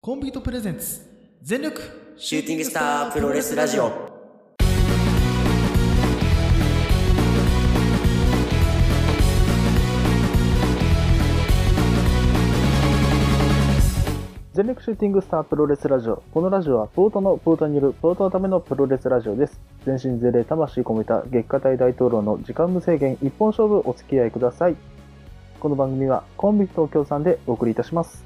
コンビートプレゼンツ全力シューティングスタープロレスラジオ。全力シューティングスタープロレスラジオ。このラジオはポートのポートによるポートのためのプロレスラジオです。全身全霊魂込めた月下大大統領の時間無制限一本勝負お付き合いください。この番組はコンビ東京さんでお送りいたします。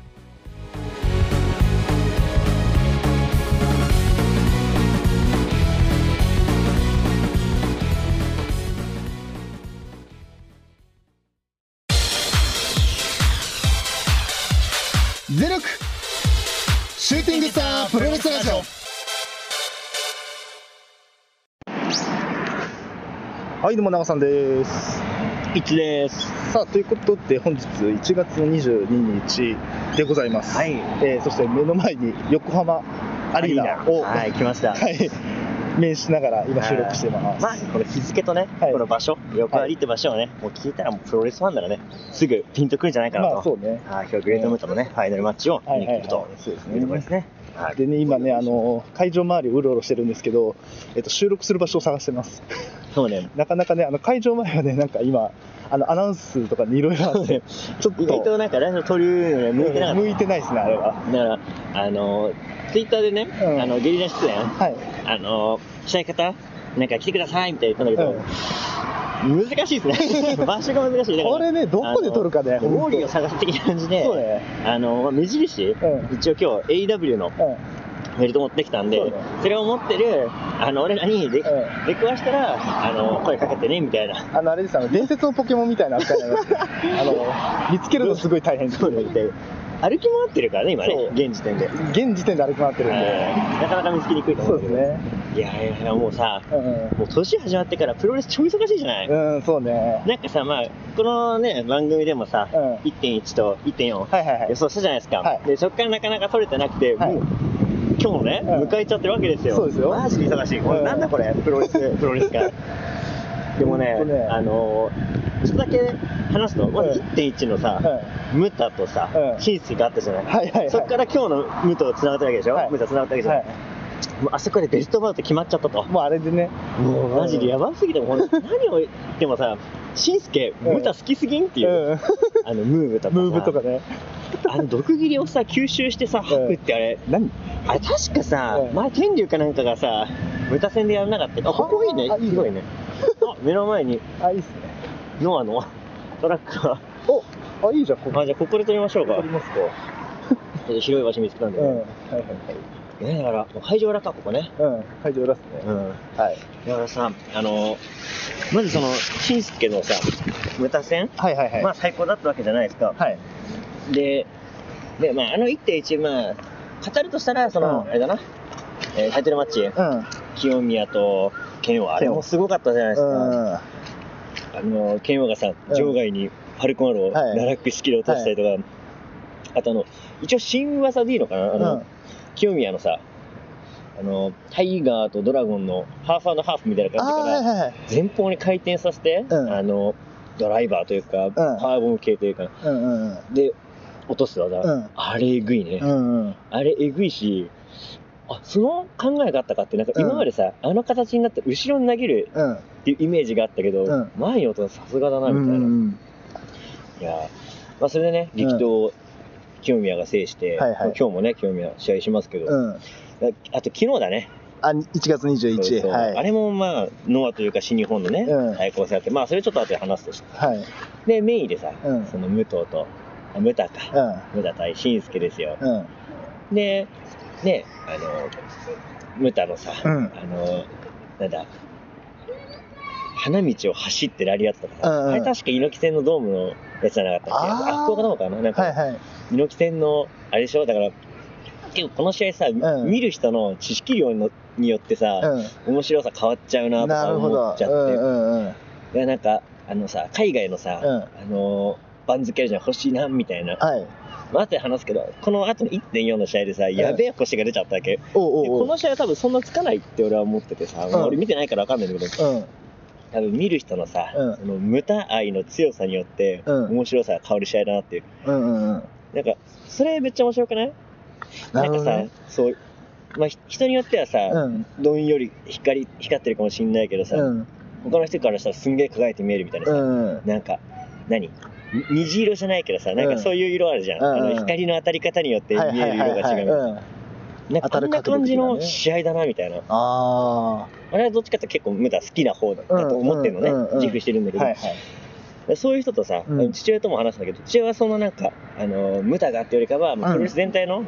全力シューティングスタープロレスラジオはい、どうも長さんです。一です。さあ、ということで本日1月22日でございます。はい。えーそして目の前に横浜アリーナを、はい、来ました。はい、面しながら今収録しています。まあ、この日付とね、はいこの場所、横ありって場所をね、もう聞いたらもうプロレスファンならね、すぐピンとくるんじゃないかなと。まあ、そうね。はい、今日はグレートムートのね、ファイナルマッチを見に来るとそうですいうところですね。はい。でね、今ね、あの会場周りをうろうろしてるんですけど、えっと、収録する場所を探してます。 そうね、なかなかね、あの会場前はね、なんか今、あのアナウンスとかにいろいろあって、ちょっ 意外ととなんかラジオ撮るのに向いてなかっ向いてないですね、あれは。た。だから、あの、ツイッターでね、うんあの、ゲリラ出演、はい、あの、試合方、なんか来てくださいみたいに言ったんだけど、難しい ですね。場所が難しい。だからこれね、どこで撮るかね、あのウォーリーを探す的な感じで、そうね、あの目印、うん一応今日 AEW のうん、フェルト持ってきたんでそそ,、うねれを持ってるあの俺らに出,、うん出くわしたらあの声かけてねみたいなあのあれですあの伝説のポケモンみたいな扱いになり ますあの見つけるのすごい大変ですそうねみたいな歩き回ってるからね今ねそう現時点で、現時点で歩き回ってるんで、なかなか見つけにくいと思そううんでだすけどね、いやいやいやもうさうもう年始まってからプロレス超忙しいじゃない、ん、うん、そうね、なんかさまあこのね番組でもさ、うん1.1と1.4、はいはいはい予、想したじゃないですか、はいでそこからなかなか取れてなくて、はいもう今日ね、うん迎えちゃってるわけですよそうですよマジで忙しいこれ、うんなんだこれプロレス プロレスかでもねほんとねあのーちょっとだけ話すとまず1.1のさ、ムタとさ、うんシーツがあったじゃない、はいはいはいそこから今日のムタをつながったわけでしょ、はいムタつながったわけうん、じゃな、はいもうあそこでベストバウト決まっちゃったとい、もうあれでね、もうマジでやばすぎて もう何を言ってもさしんすけうんムタ好きすぎんっていう、うん、 あのムーブとかさムーブとかね、あの毒斬りをさ吸収してさ吐くってあれ、何あれ確かさ、うん前天竜かなんかがさ豚戦でやらなかったあここいいねあいいねすごい ねあ目の前にあ、いいっすね。ノアのトラックが お、あ、いいじゃん、ここ。あじゃあここで撮りましょうかありますか。ちょっと広い場所見つけたんで、うん、はいねはいはい。ねだからもう会場裏かここねうん、会場裏っすね。うんはい。だからさあのまずその新助のさ豚戦、はいはいはい。まあ最高だったわけじゃないですか、はい。でで、まあ、あの1.1まあ語るとしたらその、うんあれだな、えータイトルマッチ、う清宮と剣王あれもすごかったじゃないですん。か、うん。あの剣王がさうん場外にファルコンアローをはい奈落式で落としたりとか、あとあの一応新噂でいいのかなあの、うん清宮のさあのタイガーとドラゴンのハーフハーフみたいなあ感じから、はいはいはい。前方に回転させて、うんあのドライバーというか、パワーボム系というかうんうんで落とす技、うんあれえぐいね、うん。うんあれえぐいしあその考えがあったかってなんか今までさ、あの形になって後ろに投げるうん。っていうイメージがあったけど、うん前に音はさすがだなみうたいな、ん。いやー、まあ、それでねん力道を清宮が制して、はいはいまあ今日もね清宮試合しますけど、うん。あと昨日だね、あ、1月そう21そうはい。あれもまあノアというか新日本のね、うん対抗戦あってまあそれちょっと後で話すとしてはい。うん。でメインでさ、うんその武藤とあ武田か、武田対新助ですよ、うん。でねあの武田のさ、うんあのなんだ花道を走ってラリアットとかさ、うんうんあれ確か猪木戦のドームのやつじゃなかったっけあーあ福岡ドームかななんか、はいはい。猪木戦のあれでしょだから結構この試合さ、ん見る人の知識量のによってさ、う面白さ変わっちゃうなとん。なかるほ思どっ。ちゃっうて、んうんうん。いやなんかあのさ海外のさ、うんあの番付あるじゃん欲しいなみたいな、はい。まあ後で話すけどこの後の1.4の試合でさ、やべえ腰が出ちゃったわけおでうこおうおう。の試合は多分そんなつかないって俺は思っててさ、まあ俺見てないから分かんないんだけどうん。多分見る人のさ、うんその無駄愛の強さによってうん面白さが変わる試合だなっていううんうんうん。なんかそれめっちゃ面白くないななるんほかどさね、そう、まあ、ひ人によってはさ、うんどんより光光ってるかもしんないけどさ、うん他の人からしたらすんげえ輝いて見えるみたいなさ、うんなんか何に虹色じゃないけどさなんうかんそういう色あるじゃん、うんうんあの光の当たり方によって見える色が違うみたいなうんなんかこんな感じ当たる確率がのね試合だなみたいな、ああれはどっちかって結構無駄好きな方だと思ってるのね、うんうんうんうん自負してるんだーけど、はいはいそういう人とさ、うん父親とも話したんだけど父親はそのなんかあの無駄があってよりかは、まあうんプロレス全体の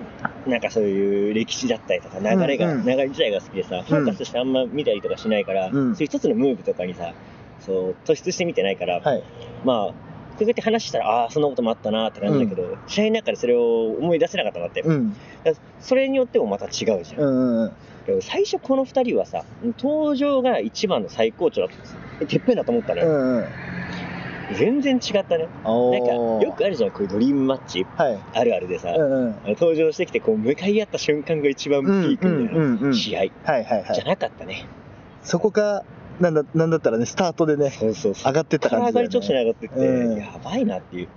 なんかそういう歴史だったりとか流れが、うんうん流れ自体が好きでさフォーカスしてあんま見たりとかしないから、うんそういう一つのムーブとかにさそう突出して見てないから、はいまあこうやって話したらああーそんなこともあったなって感じだけど、試合の中でそれを思い出せなかったなって、うんだからそれによってもまた違うじゃん、うんうんでも最初この2人はさ登場が一番の最高潮だったんですよでてっぺんだと思ったのうよ、んうん全然違ったねなんかおーよくあるじゃんこういうドリームマッチはいあるあるでさ、うんうあんの登場してきてこう向かい合った瞬間が一番ピークみたいうんうんうんうなん試合はいはいはじゃいなかったね、そこがなんだなんだったらねスタートでねそうそうそう上がってった感上じだがより調子にね上がってって、うんやばいなっていう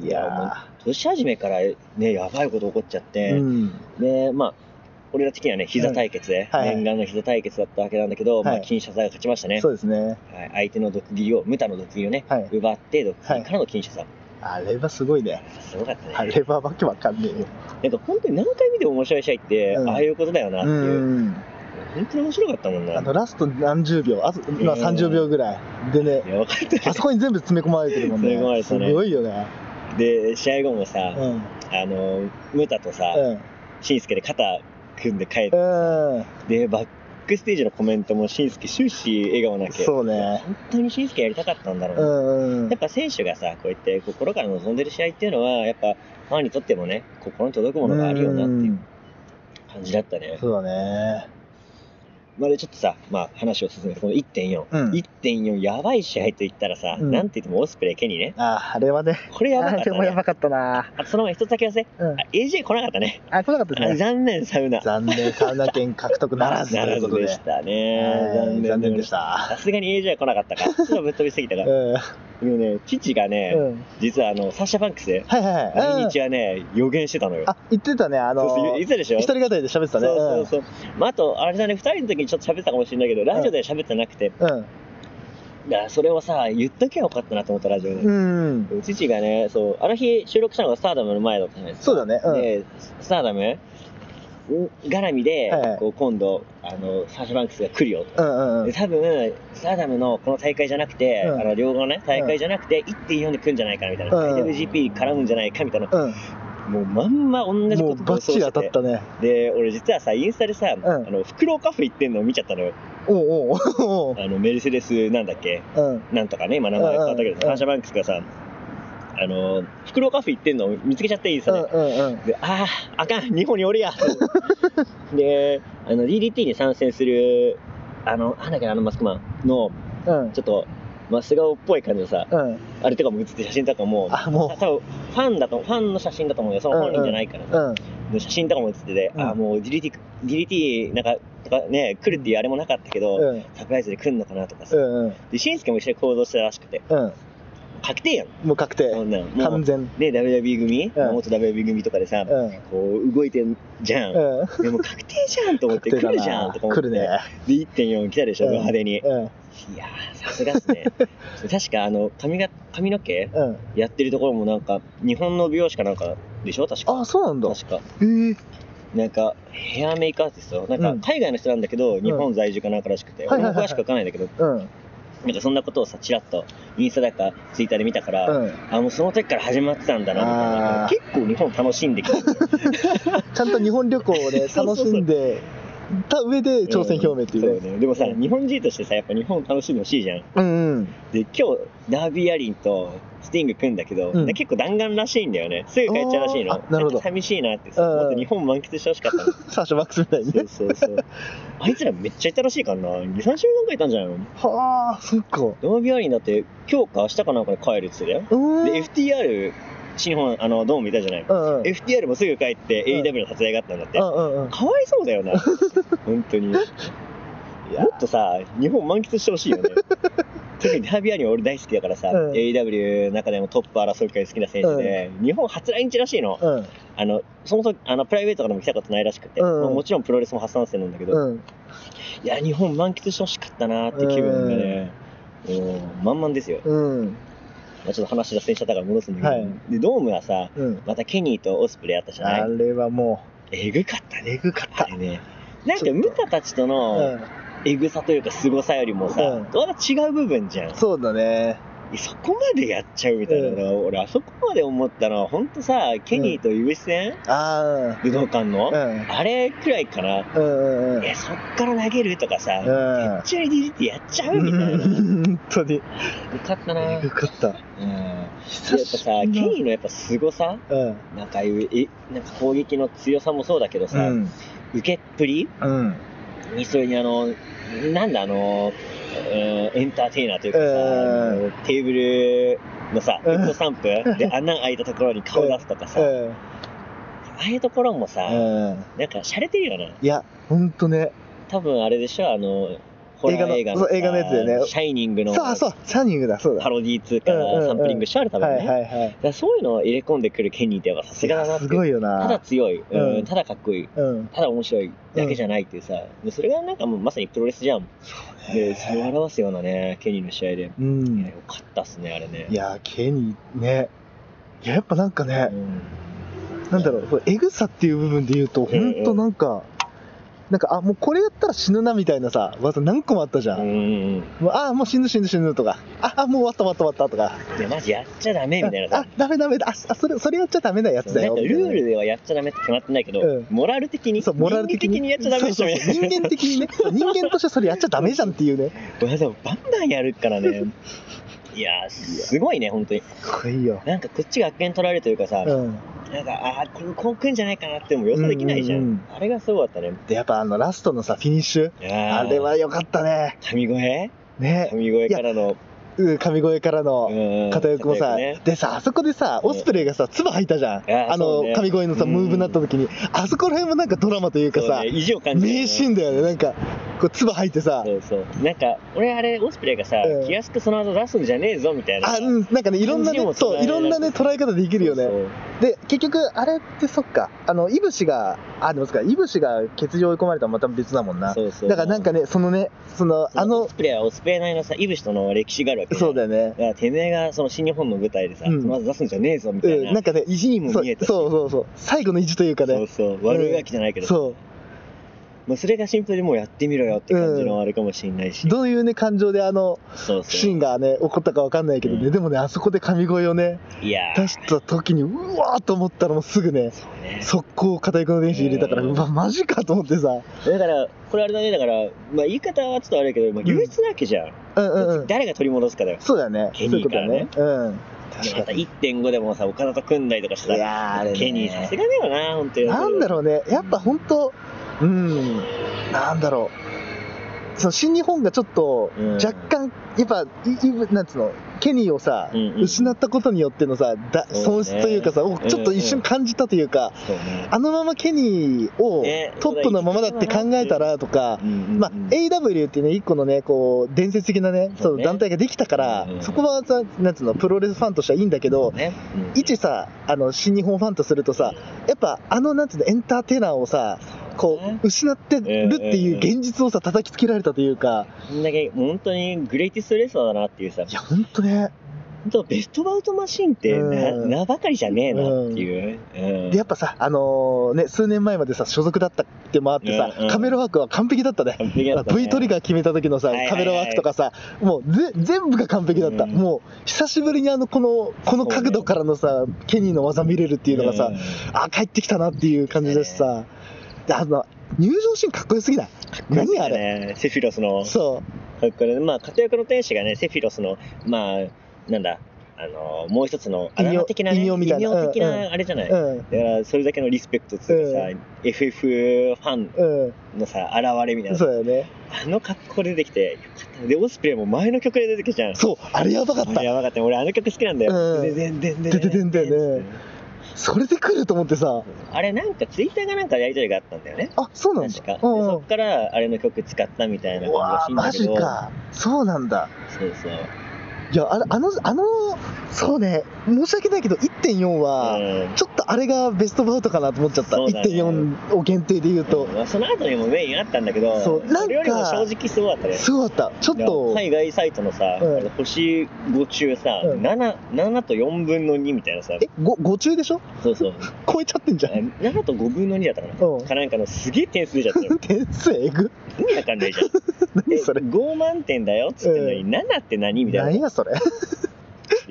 いもうや年始めからねやばいこと起こっちゃっーて、うんでまあ俺ら的にはね膝対決で、はいはい念願の膝対決だったわけなんだけど、まはあい金謝罪が勝ちましたねそうですねはい、相手の毒斬りを、ムタの毒斬りをね、はい奪って、毒斬りからの金賞さ、あれはすごいねすごかったね。あれはわけわかんねえよなんか本当に何回見ても面白い試合って、うんああいうことだよなってういう、ん本当に面白かったもんな。あのラスト何十秒あとまあうん30秒ぐらいでねいや分かってあそこに全部詰め込まれてるもんね詰め込まれてすたねごいよねで、試合後もさ、うんあの、ムタとさ、うんしんすけで肩組んで帰っうんて、バックステージのコメントもしんすけ終始笑顔なきゃ。そうね本当にしんすけやりたかったんだろううな。んうんやっぱ選手がさ、こうやって心から望んでる試合っていうのは、やっぱファンにとってもね、心に届くものがあるよなっていう感じだったね。うんそうだねまあ、でちょっとさ、まあ、話を進めて、この1.4、うん1.4、やばい試合と言ったらさ、うんなんて言ってもオスプレイ、ケニーね、ああれはねこれやばかあっれたもやね。ばかったなあとその前、一つだけ忘れ、うんあ AJ 来なかったね。あ来なかったあですね 残念、サウナ。残念サウナ券獲得ならずとないうらずことででしたはねい。残念でし。たさすがに AJ は来なかった か。ちょっとぶっ飛びすぎたかうら。んでもね、父がね、うん実はあの、サッシャバンクスで、はいはいはい来うん日はね、予言してたのよ。あ言ってたねあそのうそう、いつでしょ一人語りで喋ってたねそうそうそう。まあ、あと、あれだね、二人の時にちょっと喋ってたかもしれないけど、ラジオでは喋ってなくて、うんだからそれをさ言っときゃよかったなと思ったラジオで、うん父がねそうあの日収録したのがスターダムの前だったんですそうだねうんでスターダム絡みで、はいはいこう今度あのサーシャバンクスが来るよと、うんうんうんで多分スターダムのこの大会じゃなくて、うんあの両方のね大会じゃなくて、1.4で来るんじゃないかみたいな、うん IWGP 絡むんじゃないかみたいな、うんもうまんま同じもこうとバッチリ当たったねで俺実はさインスタでさ、んあのフクロウカフェ行ってんのを見ちゃったのよおうおうおうあのメルセデスなんだっけおううんなんとかね、今名前変わったけうんうど、んサーシャバンクスがさ、あの、フクロウカフェ行ってんのを見つけちゃっていいですうよんね。うんうんで、ああ、あかん、日本におるや。 で、あの、DDT に参戦する、あの、なんだっけな、あのマスクマンの、うんちょっと、マス顔っぽい感じのさ、うんあれとかも写って写真とかも、あも多分ファンだと、ファンの写真だと思うよ、その本人じゃないからううさ、んの写真とかも写ってて、うんああ、もう DDT、DDT なんか、とかね、来るっていうあれもなかったけど、うんサプライズで来るのかなとかさ、うんうんで、しんすけも一緒に行動したらしくて、うん確定やん。もう確定そんなんもう完全ね WB 組、うん元 WB 組とかでさ、うんこう動いてんじゃん、うんでも確定じゃんと思って確定来だるじゃんなとか思って 来るねで1.4来たでしょ、うん派手にいうんやーさすがっすね 確かあの髪が髪の毛うんやってるところもなんか日本の美容師かなんかでしょ確かあそうなんだ確かええなんかヘアメイクアーティストなんうかん海外の人なんだけど、日本在住かなんからしくて、はいはいはい俺も詳しく書かないんだけどうんなんかそんなことをさちらっとインスタだかツイッターで見たから、うんあも うその時から始まってたんだなあーみたいな結構日本楽しんできたちゃんと日本旅行をねそうそ楽うそうしんでた上で 挑戦表明っていうそねねでもさ日本人としてさやっぱ日本楽しんでほしいじゃんうんうんで今日ダービー・アリンとスティング組んだけど、うん結構弾丸らしいんだよねすぐ帰っちゃうらしいのあーあなるほどんか寂しいなってさうんもっと日本満喫してほしかった のサーシャバックスみたいにそねうそうそう あいつらめっちゃいたらしいからな23週間くらいいたんじゃないのはあそっかうダービー・アリンだって今日か明日かなんかで帰るって言ってたよーんで FTR 新日本あのドームいたじゃないうんうん FTR もすぐ帰ってうん AEW の撮影があったんだって、うんうんうんかわいそうだよ な 本当にもっとさ日本満喫してほしいよね特にダービーアリオン俺大好きだからさ、うん AEW の中でもトップ争うくらい好きな選手で、日本初来日らしいの。うん。あの、そもそもあのプライベートからも来たことないらしくて、うんまあもちろんプロレスも初参戦なんだけど、うん。いや、日本満喫してほしかったなーって気分がね、もう満々ですよ。うん。まあ、ちょっと話脱線しちゃったから戻すんだけど、はいで、ドームはさ、うん。またケニーとオスプレイあったじゃあないれはもえぐかったね。えぐかったあれね。なんちか、ょっとムタたちとう、のうん。えぐさというか、凄さよりもさ、うんまた違う部分じゃん。そうだね。そこまでやっちゃうみたいなのが、俺、あそこまで思ったのは、ほんとさ、ケニーとイブシ戦、あ武道館の、あ。うん。あれくらいかな。うんうんうん。え、そっから投げるとかさ、めっうちゃ DDT やっちゃうみたいな。よん。 本当に。かったな。えうんぐ。かった。やっぱさ、ケニーのやっぱ凄さうん。なんかああいう、え、なんか攻撃の強さもそうだけどうさ、ん。受けっぷりうん。にそれにあのなんだあの、えーエンターテイナーというかさ、うんテーブルのさうヘんッドスタ ンプで穴が開いたところに顔出すとかさ、あうん。あいうところもさ、うん。なんか洒落てるよねいや、ほんとね。多分あれでしょあのホラー映映画画ののさそう映画のやつだよねシャイニングのそうそう、シャニングだ、そうだ。パはロディー通かうんうんうんサンプリングしてある多い分ね、はいだかはい。らそういうのを入れ込んでくるケニーってやっぱさすがだなってすごいよただな。強い、うんうんただかっこいいうん。ただ面白いだけじゃないっていうさ、でそれがなんかもうまさにプロレスじゃん。で、それを表すようなね、ケニーの試合で。いや、うんよ。かったっすね、あれね。いや、ケニーね。いや、やっぱなんかうね、ん、なんだろう、これエグさっていう部分で言うと、ほんとなんか、なんか、あ、もうこれやったら死ぬなみたいなさ、技何個もあったじゃ。うんん。いもうあ、もう死ぬ死ぬ死ぬとか、あ、あもう終わった終わった終わったとか。や、マジやっちゃダメみたいなあさ。、ダメダメだ。あ、それ、それやっちゃダメなやつなだんよ。かルみたいーなルではやっちゃダメって決まってないけど、うんモラル的に、そう、モラル的に。人間やっちゃダメでしょみそうそうそうたい人間的に ね。そう人間としてそれやっちゃダメじゃんっていうね。な。わざわざバンバンやるから ね。いやー、すごいね、本当に。かいいよ。なんかこっちが悪言取られるというかさ、うん。なんか、ああ、これこう来るんじゃないかなっても予想できないじゃん。うんうんあれがすごかったね。で、やっぱあの、ラストのさ、フィニッシュ。いやーあれは良かったね。神声ね。神声からのうん神声からの片翼もさ、ね、でさ、あそこでさ、うんオスプレイがさ、唾吐いたじゃん。やあそうのね、神声のさ、うんムーブになった時に、あそこら辺もなんかドラマというかそうさね、意地を感じるよね名シーンだよね。なんか、こう、唾吐いてさ、そうそうなんか俺あれオスプレイがさ、うん気安くその後出すんじゃねえぞみたいなあ、うん、なんかね、いろんな感じねも、捉えらそれう、いろんなね、捉え方できるよね。そうで結局あれってそっかあのいぶしがあでもそっかいぶしが欠場追い込まれたらまた別だもんなそうそうだからなんかねそのねそのああののオスプレイはオスプレイなりのさイブシとの歴史があるわけそうだよよねだからてめえがその新日本の舞台でさ、うんその後出すんじゃねえぞみたういんな、なんかね意地にもそう見えたしそうそうそう最後の意地というかそうねそう悪いわけじゃないけど、そまあ、それがシンプルにもうやってみろよって感じのあるかもしれないし、うどういうね感情であのそうシーそンがね起こったかわかんないけどね、うんでもねあそこで神声をねういやー出した時にうわーと思ったらもうすぐねそうね速攻片翼の電子入れたから、ううんわマジかと思ってさだからこれあれだねだから、まあ、言い方はちょっとあれだけど、まあ、うん唯一なわけじゃん、うんうんうん誰が取り戻すかだよそうだよねそケうニーいうことだねうんで確まかたに1.5でもさ岡田と組んだりとかしていさやーあれねケニーさすがだよな本当になんだろろうね、やっぱ本当、うん、なんだろう、その新日本がちょっとうん若干、やっぱ、いいなんつうの、ケニーをさ、うんうん失ったことによってのさ、だそうね損失というかさ、をちょっと一瞬感じたというか、そうねあのままケニーをねトップのままだって考えたらとか、うんうんうんまあ、AW っていうね、一個のね、こう、伝説的なね、そそうねの団体ができたからうんう、んそこはさ、なんつうの、プロレスファンとしてはいいんだけど、ね一さあの新日本ファンとするとさやっぱあのなんていうのエンターテイナーをさこそうねう失ってるっていう現実をさ叩きつけられたというかこんだけ本当にグレイティストレーサーだなっていうさいやほんとね本当ベストバウトマシンってな,、うんばかりじゃねえなっていう、うんでやっぱさあのーね数年前までさ所属だったってもあってさうんうんカメラワークは完璧だったね完璧だったね V トリガー決めた時のさはいはいはいカメラワークとかさもうぜ全部が完璧だったうんもう久しぶりにあのこのこの角度からのさケニーの技見れるっていうのがさうんあ帰ってきたなっていう感じだしさであの入場シーンかっこよすぎない何あれねセフィロスのそこれまあ片翼の天使がねセフィロスのまあなんだあのもう一つのあだ名的な、ね、引用みたいな引用的うんうなあれじゃない、ううんだからそれだけのリスペクトつうかさ、う FF ファンうのさ現れみたいんなそうだよねあの格好で出てきてよかったでオスプレイも前の曲で出てきたじゃんそうあれやばかっあれたやばかったね俺あの曲好きなんだよ、うんででんでんでんでででんだよねそれで来ると思ってさあれなんかツイッターがなんかやりとりがあったんだよねあそうなんだ確か、でうんうんそっからあれの曲使ったみたいなうわー感じマらしいジんだけどかそうなんだそうそういやあれあのあのそうね申し訳ないけど1.4は、うんちょっとあれがベストバウトかなと思っちゃった、そうだね1.4を限定で言うと、まあ、その後にもメインあったんだけどそうなんかれよりも正直すごかったねすごかったちょっと海外サイトのさ、うんあの星5中さ、うん 7, 7と4分の2みたいなさえご5中でしょそうそう超えちゃってんじあゃん7と5分の2だったかな、うんかなんかのすげえ点数出ちゃったよ天才えぐ意味わかんないじゃん何 それえ5万点だよっつってんのに、7って何みたい何なやそれ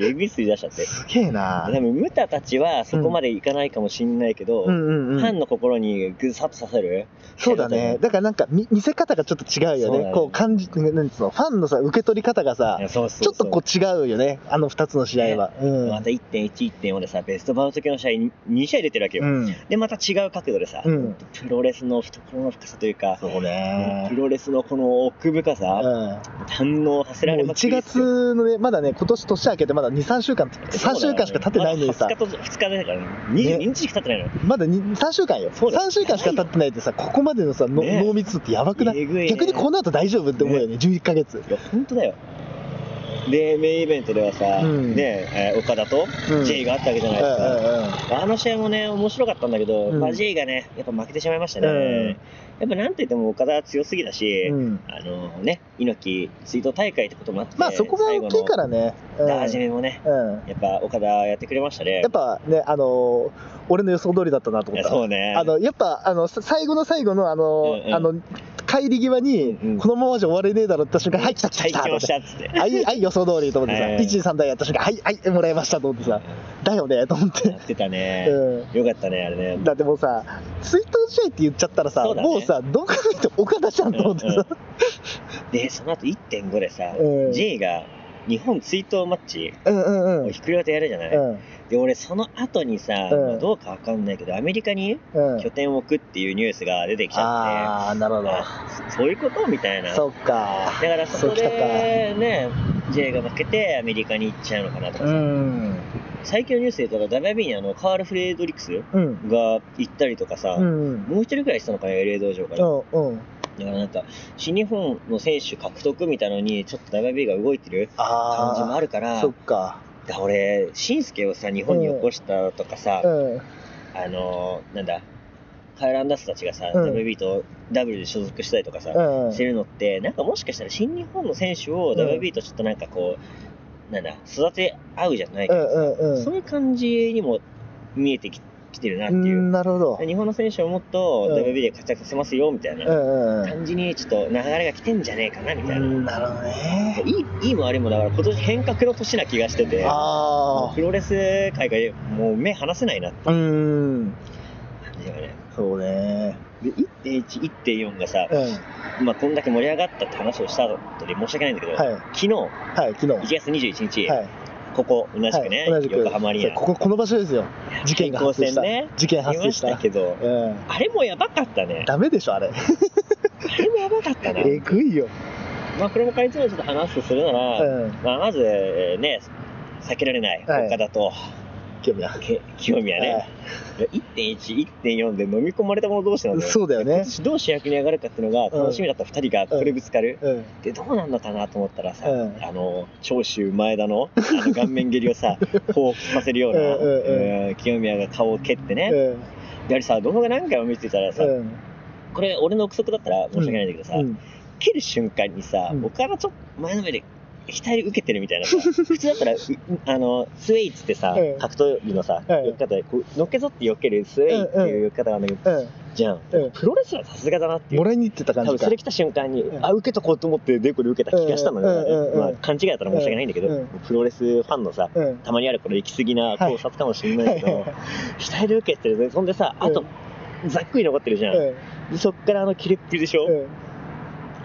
えぐい数出しちゃってすげえなでもムタたちはそこまでいかないかもしんないけど、うんうんファうンんの心にぐさっと刺さるそうだねだからなんか見見せ方がちょっと違うよそうだねねこう感じなんつうのファンのさ受け取り方がさいやそうそうちそょっとこう違うよねあの2つの試合は、うんまた1.11.4でさベストバウト系の試合に2試合出てるわけよ、うんでまた違う角度でさ、うんプロレスの懐の深さというかそうプねロレスのこの奥深うさ、ん堪能させられまく1りですよ月のね、まだね、今年年明けてまだ2、3週間、3週間しか経ってないのにさま、だ20日と2日だからね22日しか経ってないのよ、まだ2 3週間よ、そうだよ3週間しか経ってないでさ、ここまでのさ、のね濃密度ってやばくないえぐいね逆にこの後大丈夫って思うよね、11ヶ月。いや本当だよでメインイベントではさ、うんねえー岡田とうん J があったわけじゃうなんいですか、うあの試合もね面白かったんだけど、うんまあ、J がねやっぱ負けてしまいましたね、うんやっぱなんといっても岡田は強すぎだし、んうんうんあのね、猪木追悼大会ってこともあって、まあそこが大きいからね。う最後んのダージメもね、うんやっぱ岡田やってくれましたね。やっぱね、あのー俺の予想通りだったなとい思やった。そうね。あのやっぱあのさ最後の最後のあの,、うんうんあの帰り際に、うんうんこのままじゃ終われねえだろって言った瞬間、はい、来た来はい、た来来またしたっつって。はい、はい、予想通りと思ってさ、え1、ー2、3台やった瞬間、はい、はい、もらいましたと思ってさ、だよねと思ってや。ってたね。うよかったね、あれねん、。だってもうさ、追悼試合って言っちゃったらさ、そうだねもうさ、どこ見ても岡田じゃんと思ってさ、で、その後1.5でさ、うん J が日本追悼マッチうんうんうん、をひっくり返ってやるじゃない。うんで、俺、その後にさ、うんまあどうかわかんないけど、アメリカにうん拠、点を置くっていうニュースが出てきちゃああ、なるほって、ど、あそういうことみたいな。そだっか、からそこうきたか、でね、J が負けてアメリカに行っちゃうのかなとかさうん、最近のニュースで言ったら WB にあのカール・フレードリックスうん、が行ったりとかさ、うん、うん、もう一人くらいしたのかな LA 道場かうら、ん、うん、だからなんか新日本の選手獲得みたいのにちょっと WB が動いてる感じもああるかあ、らそっだか、から俺紳助をさ日本に起こしたとかさ、うん、あのーなんだカエル・アンダースたちがさ、うん WB と W で所属したりとかさ、うんしてるのってなんかもしかしたら新日本の選手うをん WB とちょっとなんかこうなんだ育て合うじゃないけうどん、うん、そうういう感じにも見えてききてるなってん、いうう。んなるほど、日本の選手をもっとうん WB で活躍させますよみたいうんなうん、うん感じにちょっと流れが来てんじゃねえかなみたいな。うん、なるほどね、いいいいも悪いもだから今年変革の年な気がしてて、あプロレス界がもう目離せないなってあ、うん、感じがね。そうね、で、1.1、1.4がさ、うん、まあこんだけ盛り上がったって話をした後で申し訳ないんだけど、はい、昨日1はい、昨日。月21日、はいここ同じくね、はい、同じく横浜アリーナこここの場所ですよ事件が発生した、平行線ね事件発見生まししたたけど、うんあれもやばかったね。ダメでしょあれあれもやばかったな。えぐいよ、まあ、これも会長にちょっと話すとするなら、うん、まあ、まずえーね、避けられないはい岡田と、興味あるけ清宮ね、1.1、1.4で飲み込まれた者同士なんだよ。そうだよね、どう主役に上がるかっていうのが楽しみだった2人がこれぶつかる、うん、でどうなんのかなと思ったらさ、うんあの長州前田のあの顔面蹴りを さ彷彿させるような、うんうんうんうん清宮が顔を蹴ってね、うんであれさ動画何回も見てたらさ、うんこれ俺の憶測だったら申し訳ないんだけどさ、うん蹴る瞬間にさ、うん岡田ちょっと前のめりで額受けてるみたいな さ普通だったらうあのスウェイっつってさ、うん格闘技のさ、うん避け方でこうのっけぞって避けるスウェイっていう避け方なんだけど、うんじゃん、うんプロレスラーさすがだなっていうもらいに行ってた感多じ分かそれ来た瞬間に、うんあ受けとこうと思ってでこれ受けた気がしたのね、うんうんうんうんまあ、勘違いだったら申し訳ないんだけど、うんプロレスファンのさうんたまにあるこれ行き過ぎな考察かもしれないけど、はいはい額で受けてるねそんでさあと、ざっくり残ってるじゃん、うんでそっからあの切れっぷりでしょ、うん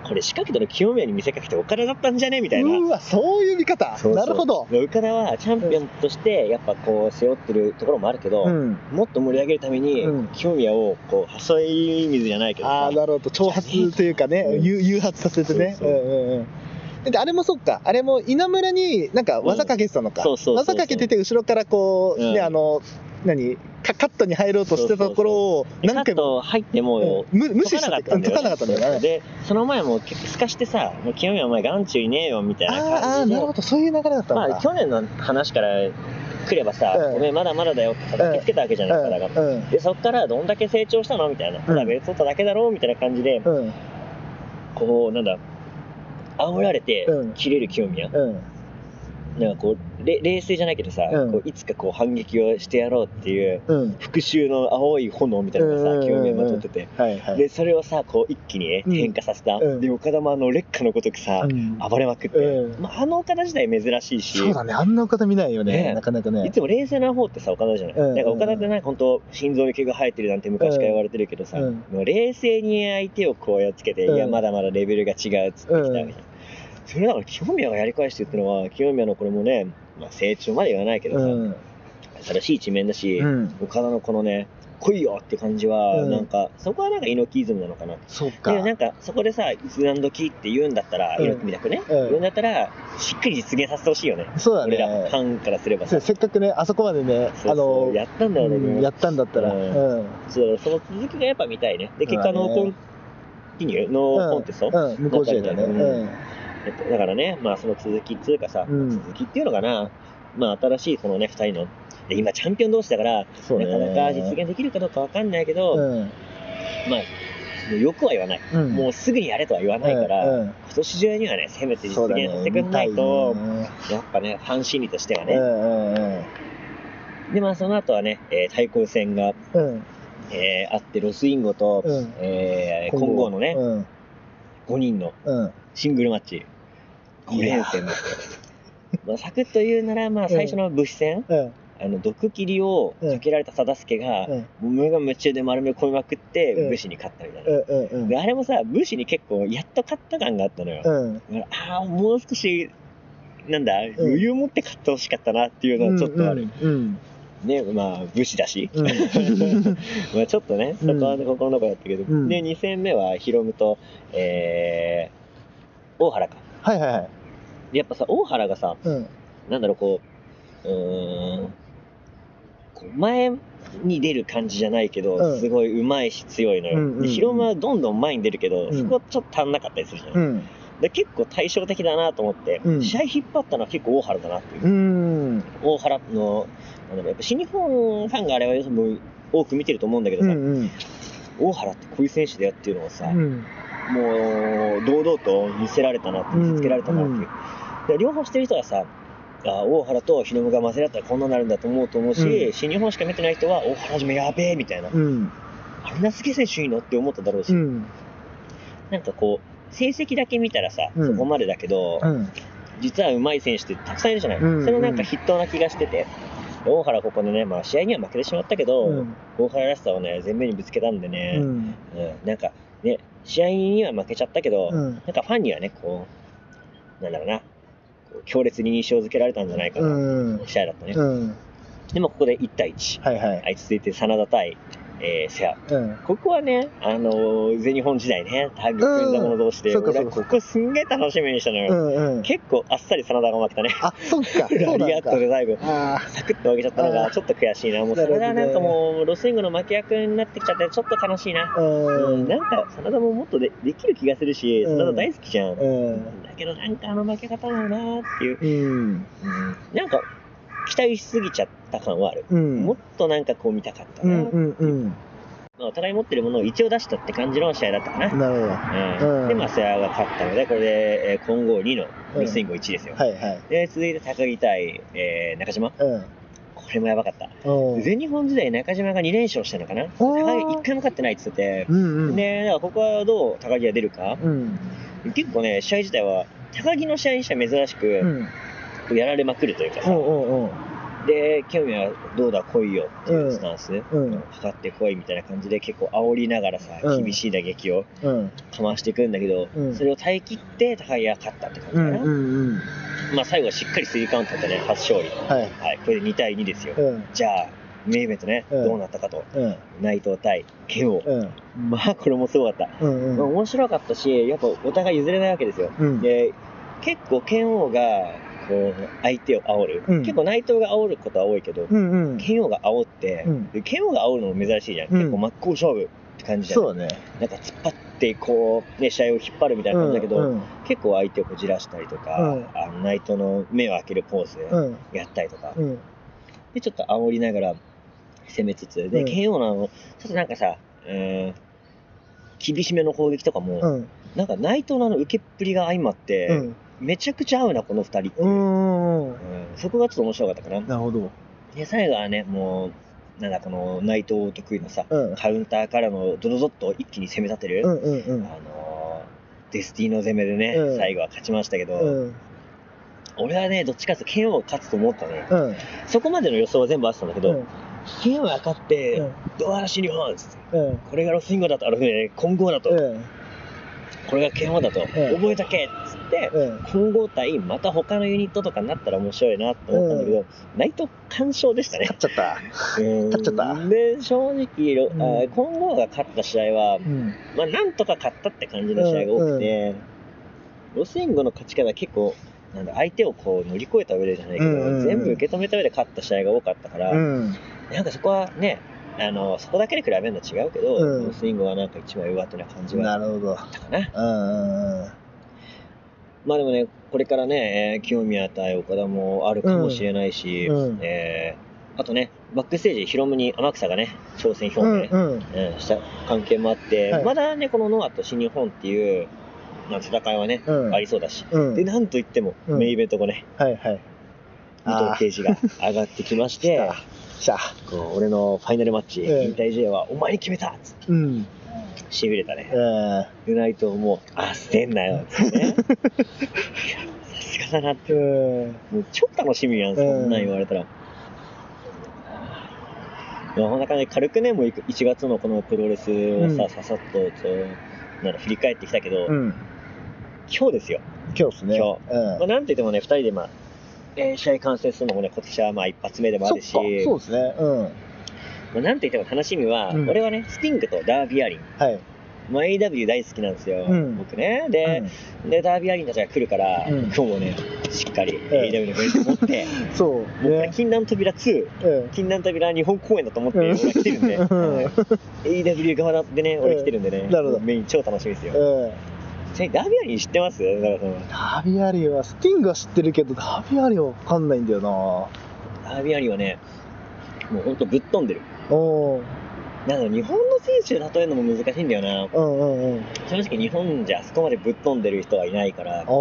これ仕掛けたの清宮に見せかけて岡田だったんじゃねみたいな。うわそういう見方そうそうなるほど、岡田はチャンピオンとしてやっぱこう背負ってるところもあるけど、うん、もっと盛り上げるためにうん清宮をこう誘い水じゃないけどあさあなるほど挑発というかね、うん誘誘発させてねそうそううんうんうんであれもそっかあれも稲村になんか技かけてたのか、うんそうそうそうそう技かけてて後ろからこう、うんねあの何カカットに入ろうとしてたところをカ何ッ回もト入ってもうん無う無視しち解かゃなっかたったんだよ解かなかったんだよねでその前も結構すかしてさ「もう清宮お前眼中いねえよ」みたいな感じであーあーなるほどそういう流れだったんだ、まあ、去年の話から来ればさ、うんおめえまだまだだよって叩きつけたわけじゃないですか、だから。うんうんでそっからどんだけ成長したのみたいな、ただ別取っただけだろうみたいな感じで、うんこう、なんだ、煽られてうん、切れる清宮、うんなんかこう、れ冷静じゃないけどさ、うんこういつかこう反撃をしてやろうっていう、うん復讐の青い炎みたいなのがうんさ、清宮まとってて、はいはいで、それをさ、こう一気にね、うん変化させた、うんで、岡田もあの劣化のごとくさう、ん暴れまくって、うんまあ、あの岡田自体珍しいし、そうだねあんなお方見ないよねねえなかなかいねつも冷静な方ってさ、岡田じゃない。うんなんか岡田ってなんか本当、心臓に毛が生えてるなんて昔から言われてるけどさ、うんもう冷静に相手をこうやっつけて、うんいや、まだまだレベルが違うっつってきたわけじゃん。うそれだから清宮がやり返してるってのは、清宮のこれもね、まあ、成長まで言わないけどうさ、ん新しい一面だし、うん岡田のこのね、来いよって感じうは、んなんか、そこはなんか猪木イズムなのかな。そうかでなんかそこでさ、いつ何時って言うんだったら、うん猪木みたくうね、ん言うんだったら、しっくり実現させてほしいよね。そうだ俺らフねァンからすればそさう。せっかくねあそこまでねそうそうやったんだよね、うでんもやったんだったらうんうんそうその続きがやっぱ見たいね。で、結そ果、うだねノーコンティニュー、ノーコンテスト、うん向こう試合だねううんえっとだからね、まあ、その続きっていうかさ、うん続きっていうのかな、まあ、新しいこのね、二人の、で今、チャンピオン同士だから、そうねなかなか実現できるかどうかわかんないけど、うんまあ、もうよくは言わない。うんもうすぐにやれとは言わないから、うんうん今年中にはね、せめて実そうだね現させてくんないと、見たねやっぱね、ファン心理としてはうね。んうんで、まあ、その後はね、えー対抗戦が、うんえーあって、ロスインゴと、うんえー混合のね、うん5人のうんシングルマッチ5連戦だったまあサクッと言うなら、まあ、最初の武士戦、うんあの毒斬りをかけられた貞助が、うん無我夢中で丸め込みまくって、うん武士に勝ったみたいな、うんうんうんであれもさ武士に結構やっと勝った感があったのよ、うんだからああもう少しなんだ余裕持って勝ってほしかったなっていうのはちょっとある、うんねまあ武士だし、うんまあちょっとねそこはね心残りだったけど、うんで2戦目はヒロムと、えー、大原かはいはいはいやっぱさ、大原がさ、うんなんだろう、こう、うーん、こう前に出る感じじゃないけど、うんすごい上手いし強いのよ。うんうんうんで、ヒロムはどんどん前に出るけうど、んそこちょっと足んなかったりするじゃん。うんで結構対照的だなと思って、うん試合引っ張ったのは結構大原だなっていう。うん大原の、なんだろう、やっぱ新日本ファンがあれはもう多く見てると思うんだけどうさ、ん大原ってこういう選手だよっていうのをさ、うんもう堂々と見せられたなっうて、ん見せつけられたなっていう、で両方してる人はさ、あ大原と日のが混ぜ合ったらこんなになるんだと思うと思うし、うん新日本しか見てない人は、大原じめやべえみたいな、うんあんなすげえ選手いいのって思っただろうし、うんなんかこう、成績だけ見たらさ、うんそこまでだけど、うん実は上手い選手ってたくさんいるじゃない、うんそれなんか筆頭な気がしてて。大原ここでね、まあ、試合には負けてしまったけど、うん大原らしさをね、前面にぶつけたんでね、うんうんなんかね、試合には負けちゃったけど、うんなんかファンにはね、こう、なんだろうな、こう強烈に印象付けられたんじゃないかうな、ん試合だったね。うんでもここで1対1。はいはいあいつ続いて真田対、えー、セア。うんここはね、あのー全日本時代ね、タッグ組んだ者同士うで、んそうか俺そうはかそこうかこすんげえ楽しみにしたのうよ。んうん結構あっさり真田が負けたね。あそっかそラうなリアんッかトで最後、ああサクッと負けちゃったのあーがちょっと悔しいな。もなう真るほどね田なんかもう、ロスインゴの負け役になってきちゃって、ちょっと悲しいな。ううんんなんか、真田ももっとでできる気がするし、うん真田大好きじゃん。うんだけどなんかあの負け方だよなーっていう、うんなんか期待しすぎちゃった感はある、うんもっとなんかこう見たかったうな、んうんうんまあ、お互い持ってるものを一応出したって感じの試合だったかな、なるほどうんうんでまあ世話が勝ったのでこれで、えー混合2のロスインゴ1ですよ、はいはいで続いて高木対、えー中島うんこれもやばかったおー全日本時代中島が2連勝したのかな高木ー1回も勝ってないって言っててうんうんでだからここはどう高木が出るかうん結構ね試合自体は高木の試合にしては珍しく、うんこうやられまくるというかさ、おうおうで、興味はどうだ来いよっていうスタンス、ねおううんかかってこいみたいな感じで結構煽りながらさ、うん厳しい打撃をうんかましていくんだけど、うんそれを耐え切って高木が勝ったって感うじかんな、うんうんまあ最後はしっかりスリーカウントでね、初勝利。はいはい、これで2対2ですよ。うんじゃあ、メイベとね、うんどうなったかと。うん内藤対剣王。うんまあこれもすごかった。うんまあうん面白かったし、やっぱお互い譲れないわけですよ。うんで、結構剣王がこう相手を煽る、うん結構内藤が煽ることは多いけど、うんうん。剣王が煽って、うんで剣王が煽るのも珍しいじゃん、うん結構真っ向勝負って感じじゃんそうだね。なんか突っ張ってこう、ね、試合を引っ張るみたいな感じだけど、うん結構相手をこじらしたりとか、うんあの内藤の目を開けるポーズうん。やったりとか、うん。でちょっと煽りながら攻めつつで、うん剣王のあのちょっとなんかさ、えー厳しめの攻撃とかも、うん。なんか内藤のあの受けっぷりが相まって、うん。めちゃくちゃ合うなこの2人っていうう、ん。うんうんそこがちょっと面白かったかななるほど。で最後はねもうなんだこの内藤得意のさ、うん。カウンターからのドドドッと一気に攻め立てる、うんうんうん。あのーデスティーノ攻めでね、うん最後は勝ちましたけど、うん。俺はねどっちかっていうと剣王が勝つと思ったのよ、うん。そこまでの予想は全部あってたんだけど、うん剣王が勝って、うんドアラシ日本っつってうん。これがロスインゴだとあのね混合だと、うん。これが剣王だと、覚えとけっつって、う混ん。合体また他のユニットとかになったら面白いなと思ったんだけど、ナイト完勝でしたね勝っちゃった。勝っちゃったで正直、ろうんあー混合が勝った試合は、うん。まあ、なんとか勝ったって感じの試合が多くて、ロスインゴの勝ち方は結構なんだ相手をこう乗り越えた上でじゃないけど、うんうんうん全部受け止めた上で勝った試合が多かったから、うん。なんかそこはねあのそこだけで比べるのは違うけど、うんロスインゴはなんか一枚上手な感じなはるほど。あったかな。うん。うん。まあでもね、これからね、えー清宮対岡田もあるかもしれないし、うんうんえーあとね、バックステージ、ヒロムに天草がね、挑戦表う明、ん。うん。うんした関係もあって、はいまだね、このノアと新日本っていう、まあ、戦いはね、うんありそうだし、うん。で、なんといっても、うんメインイベント後ね、はいはい。二あ等あページが上がってきまし 来てた、しゃ。こう俺のファイナルマッチ、ええ引退試合はお前に決めたっつって、うん。しびれたね。うん。でないともう、あ、捨てんなよっつって ね。いやさすがだなって。うん。もう超楽しみやん、そんなん言われたら。いやなんかね、軽くね、もう1月のこのプロレスをさ、うんささっとこうなんか振り返ってきたけど、うん。今日ですよ、今日っすね。今日。うんまあ、。なんといってもね、2人で、まあえー試合観戦するのもね、今年はまあ一発目でもあそっるか。し、そうですね。うん。まあ、なんといっても楽しみは、うん俺はね、スティングとダービーアリン、はい。まあ、AW 大好きなんですよ、うん僕ね。で、で、ダービーアリンたちが来るから、うん今日もね、しっかりええ AW のベルト持 って、うん。そう。僕はね。禁断扉2、うん。禁断扉日本公演だと思ってうん俺は来てるんで、うんはい AW 側でね、俺来てるんでね、んなるほどメイン超楽しみですよ。うん。ちなみにダビアリン知ってますだからそのダビアリーは、スティングは知ってるけど、ダビアリーはわかんないんだよなダビアリンはね、もうほんとぶっ飛んでる。うん。なんか日本の選手で例えるのも難しいんだよな。うんうんうん。正直日本じゃあそこまでぶっ飛んでる人はいないから、ああーあの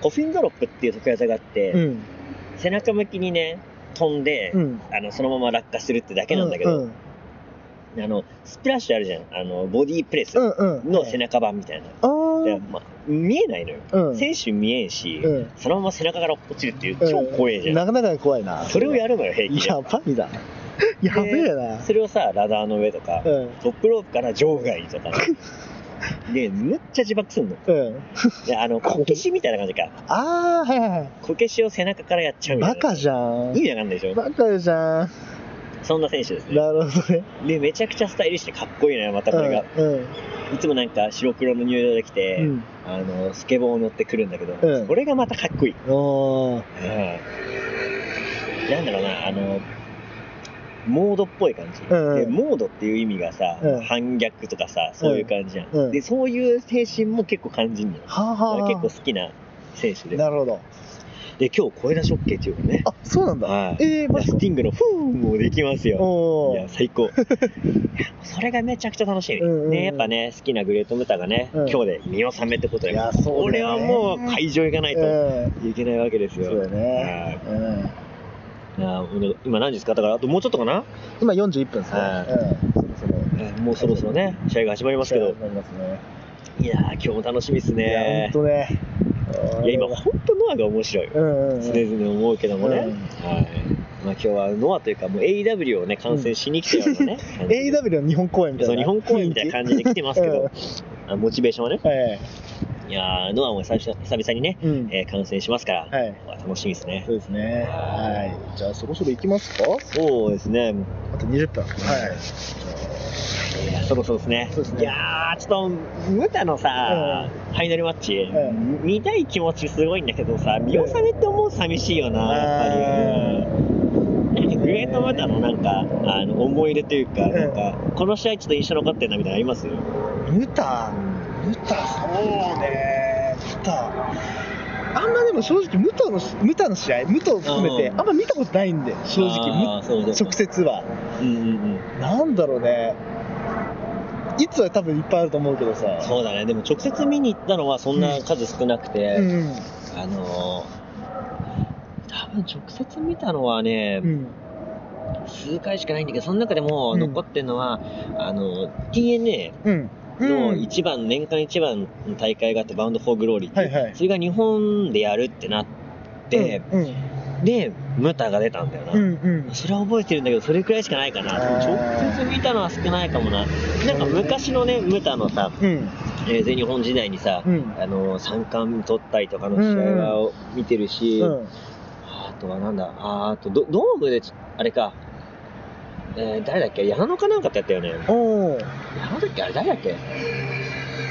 コフィンドロップっていう得意技があって、ー。うん。背中向きにね、飛んで、うん。あのそのまま落下するってだけなんだけど、うんあのスプラッシュあるじゃんあのボディープレスうんうん。の背中版みたいな、あでー。まあ、見えないのよ、うん。選手見えんし、うんそのまま背中から落ちるっていううん超怖えじゃん、なかなか怖いな。それをやるのよ平気やでばいな。 やべえな。それをさラダーの上とか、うん。トップロープから場外とかでめっちゃ自爆すんのうん。であのこけしみたいな感じかあー、はいはいはい。こけしを背中からやっちゃうみたいバなカじゃん意。味わかんないでしょバカじゃん。そんな選手ですねなるほどね。でめちゃくちゃスタイリッシュでかっこいいのよまたこれが、うん。うんいつもなんか白黒の入場で来て、うん。あのスケボーを乗ってくるんだけど、うんこれがまたかっこいい、おー。なんだろうなあのモードっぽい感じ、うんでモードっていう意味がさ、うん反逆とかさそういう感じじゃん、うんでそういう精神も結構感じるのよ、はあだからはあ。結構好きな選手でなるほど。で今日声出し OK っていうのねあ、そうなんだ。はいえー、マジスか。ティングのフーンもできますよいおやー。最高 いやそれがめちゃくちゃ楽しみ、うんうんねやっぱね好きなグレートムタがね、うん今日で見納めってことでいやそうだ俺よはねもう会場行かないとうん。いけないわけですよそうだよね。はいういん。やー今何時ですかだからあともうちょっとかな今41分ですね。はうん。そろそろ。もうそろそろね試合が始まりますけどなりますね。いやー今日も楽しみですいや、ねほんとね。いや今本当ノアが面白いうんうんうん。常々思うけどもね、うんはいまあ、今日はノアというかもう AEW をね観戦しに来てるのね、感じで AW の日本公演みたいそな。う日本公演みたいな感じで来てますけうんど、あモチベーションはね はい。いやーノアも久々久々にね、うん。えー観戦しますから、はい。まあ楽しみですねそうですね。はい。じゃあそろそろ行きますかそうですねあと20分。はい。いやそろそろですねそうですねいやーちょっとムタのさ、ファイナルマッチ、え見たい気持ちすごいんだけどさ見納めって思うと寂しいよなやっぱり、うんグレートムタのなんかあの思い出というか,、えなんかこの試合ちょっと印象残ってるなみたいなのありますムタムタそうねムタあんまでも正直ムタのムタの試合ムタを含めてうんあんま見たことないんで正直あーそうムで直す接はうんうんうんなんだろうねいつは多分いっぱいあると思うけどさそうだねでも直接見に行ったのはそんな数少なくて、うんあのー多分直接見たのはね、うん数回しかないんだけどその中でもうん残ってるのは、あの TNA うんのうん一番、年間一番の大会があってバウンド・フォー・グローリーってはいう、いはいそれが日本でやるってなって、うんでムタが出たんだよな、うんうんそれは覚えてるんだけどそれくらいしかないかなあー直接見たのは少ないかもななんか昔のねムタのさ、うんえー全日本時代にさ、うんあの三冠取ったりとかの試合を見てるし、うんあとはなんだ、ああとドドームでち、あれか、えー誰だっけ、矢野かなんかってやったよね。おー矢野だっけ、あれ誰だっけ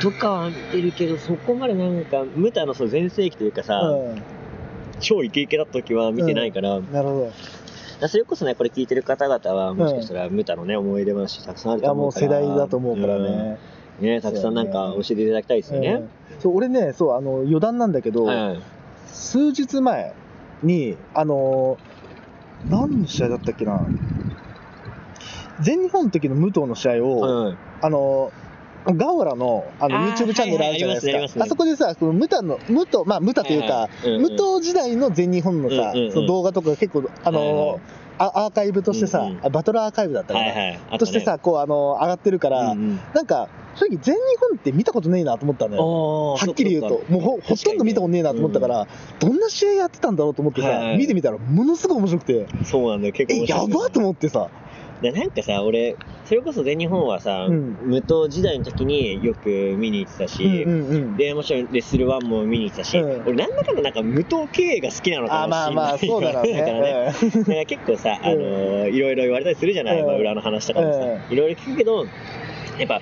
とかは見てるけど、そこまでなんか、ムタのその全盛期というかさ、う超イケイケだった時は見てないから、だかんなるほらそれこそね、これ聞いてる方々は、もしかしたらムタのね、思い出話たくさんあるどといやも思ううから。世代だと思うからねうん。ね、たくさんなんか教えていただきたいですよね。うんそう俺ねそうあの余談なんだけど、はいはい。数日前にあのー何の試合だったっけな全日本の時の武藤の試合を、はいはいあのーガオラのあのあー YouTube チャンネルあるじゃないはいはいありまですか、すねありますねあそこでさこの武藤の武藤まあ武藤というか、はいはいうんうん武藤時代の全日本のさ、うんうんうんその動画とか結構あのーはいはいあアーカイブとしてさ、うんうんあバトルアーカイブだったかはら、いはい。あとしてさ、こうあのー上がってるかうら、んうんなんか正直全日本って見たことねえなと思ったのよははっきり言うと、もうほほとんど見たことねえなと思ったから、どんな試合やってたんだろうと思ってさ、はい見てみたら、ものすごい面白くて、そうなんだよ、結構え、面や白いばと思ってさ、でなんかさ俺それこそ全日本はさ、うん無党時代の時によく見に行ってたし、うんうんうん、でもちろんレッスルワンも見に行ってたし、うん俺なんだかんだなんか無党経営が好きなのかあもしまあれないまあ、そうだろうだからねね。だから結構さ、あのーいろいろ言われたりするじゃない、うんまあ裏の話とかもさ、ういろいろ聞くけどやっぱ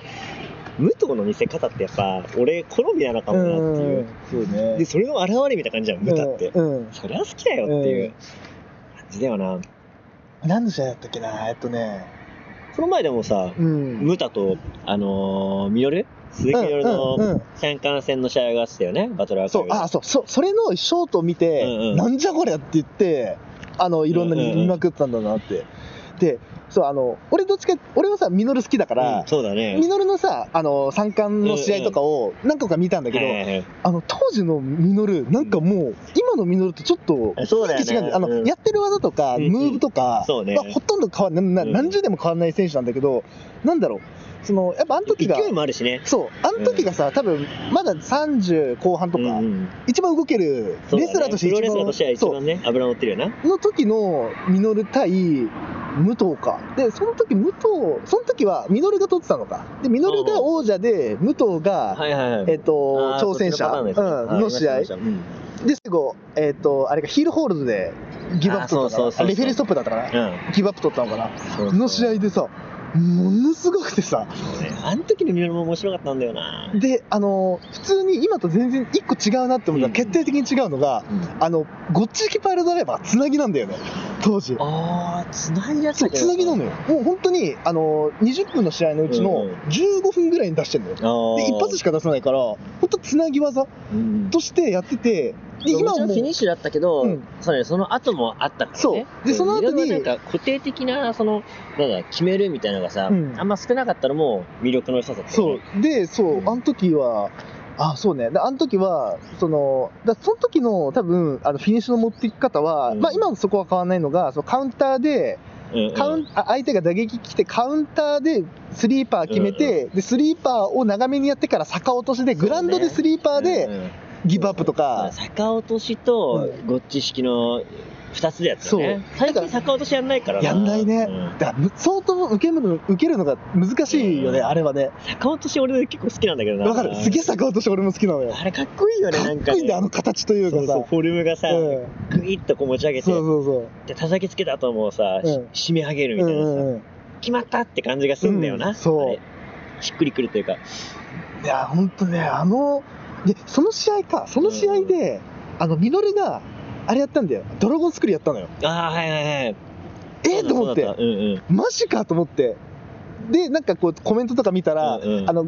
無党の見せ方ってやっぱ俺好みなのかうもんなっていうう、ん、そうね。でそれの表れみたいな感じじゃん無党って、うんうんそりゃ好きだよっていう感じだよな、何の試合だったっけな、えっとね、この前でもさ、うん。ムタと、あのー、ミノル鈴木ミノルうんうんうのん三冠戦の試合があってたよね、バトルアーカそイうブ、で。あ、そう、そそれのショートを見て、うんうんなんじゃこりゃって言って、あの、いろんなうんうにんうん見まくってたんだなって。で、そう、あの、俺どっちか、俺はさ、ミノル好きだから、うんそうだね。ミノルのさ、あの、三冠の試合とかを何個か見たんだけど、はいはいはいあの、当時のミノル、なんかもう、今のミノルとちょっと、あそうだよ雰囲気違うんだね。よあの、うんやってる技とか、うんムうんーブとか、そうねまあほとんど変わんななうん何十年も変わんない選手なんだけど、なんだろう、その、やっぱあの時が、勢いもあるしね。そう、あの時がさ、多分、まだ30後半とか、うんうん一番動ける、そうだねレスラーとしてプロ一レスラー番、としては一そう番ね、油乗ってるよな。の時のミノル対武藤か。で、その時武藤、その時はミノルが取ってたのか。で、ミノルが王者で、武藤が、はいはいはい。えっと、あー挑戦者そっちパターンうんのです試ねあ合りまし。たありまで、最後、えっと、あれか、ヒールホールドでギブアッあープ取ったそのうそうそかうそな。うレフェリーストップだったかしたな。うん。ギブアップ取ったのかな。そうそうの試合でさ、ものすごくてさ、そうねあの時のミノルも面白かったんだよな。で、あの、普通に今と全然一個違うなって思ったうん決定的に違うのが、あの、ごっちきパイルドライバー、つなぎなんだよね、当時。ああ、つないやつそう、つなぎなのよ。よ。もう本当に、あの、20分の試合のうちうのん15分ぐらいに出してんのよ。あーで、一発しか出さないから、本当つなぎ技うんとしてやってて、で、今も今はちろもんうフィ、ニッシュだったけど、うんそうね、その後もあったからね。そうでんその後にいろんななんか固定的な、その、なんだ、決めるみたいなのがさ、うんあんま少なかったのも魅力の一つだったよそね。う、で、そうう、んあの時は、あ、そうね。で、あの時は、その、だその時の多分、あの、フィニッシュの持っていき方は、うんまあ今のそこは変わらないのが、そのカウンターで、うんうんカウンあ相手が打撃来てカウンターでスリーパー決めて、でスリーパーを長めにやってから逆落としでグラウンドでスリーパーうでんうんギブアップとか、逆落としと、ゴッチ式の2つでやったよね。そう最近逆落としやんないからやんないねうんだからむ相当受けるの受けるのが難しいよね、うんあれはね逆落とし俺結構好きなんだけどな。わかるすげえ逆落とし俺も好きなのよかあれかっこいいよね、なんっか、こね。いいんだよあの形というかそうさそう、フォルムがさ、うんグイッとこう持ち上げて、そうそうそうで叩きつけた後もさ、うんし締め上げるみうたんいなさ。うんうん決まったって感じがすんだよな、うんそうあれしっくりくるというかいや、ほんとね、あの、で、その試合か、その試合で、あの、ミノルが、あれやったんだよ。ドラゴンスクリューやったのよ。ああはいはいはいえー、と思っそうだてそ。うだうんうんマジかと思って。で、なんかこう、コメントとか見たら、うんうんあの、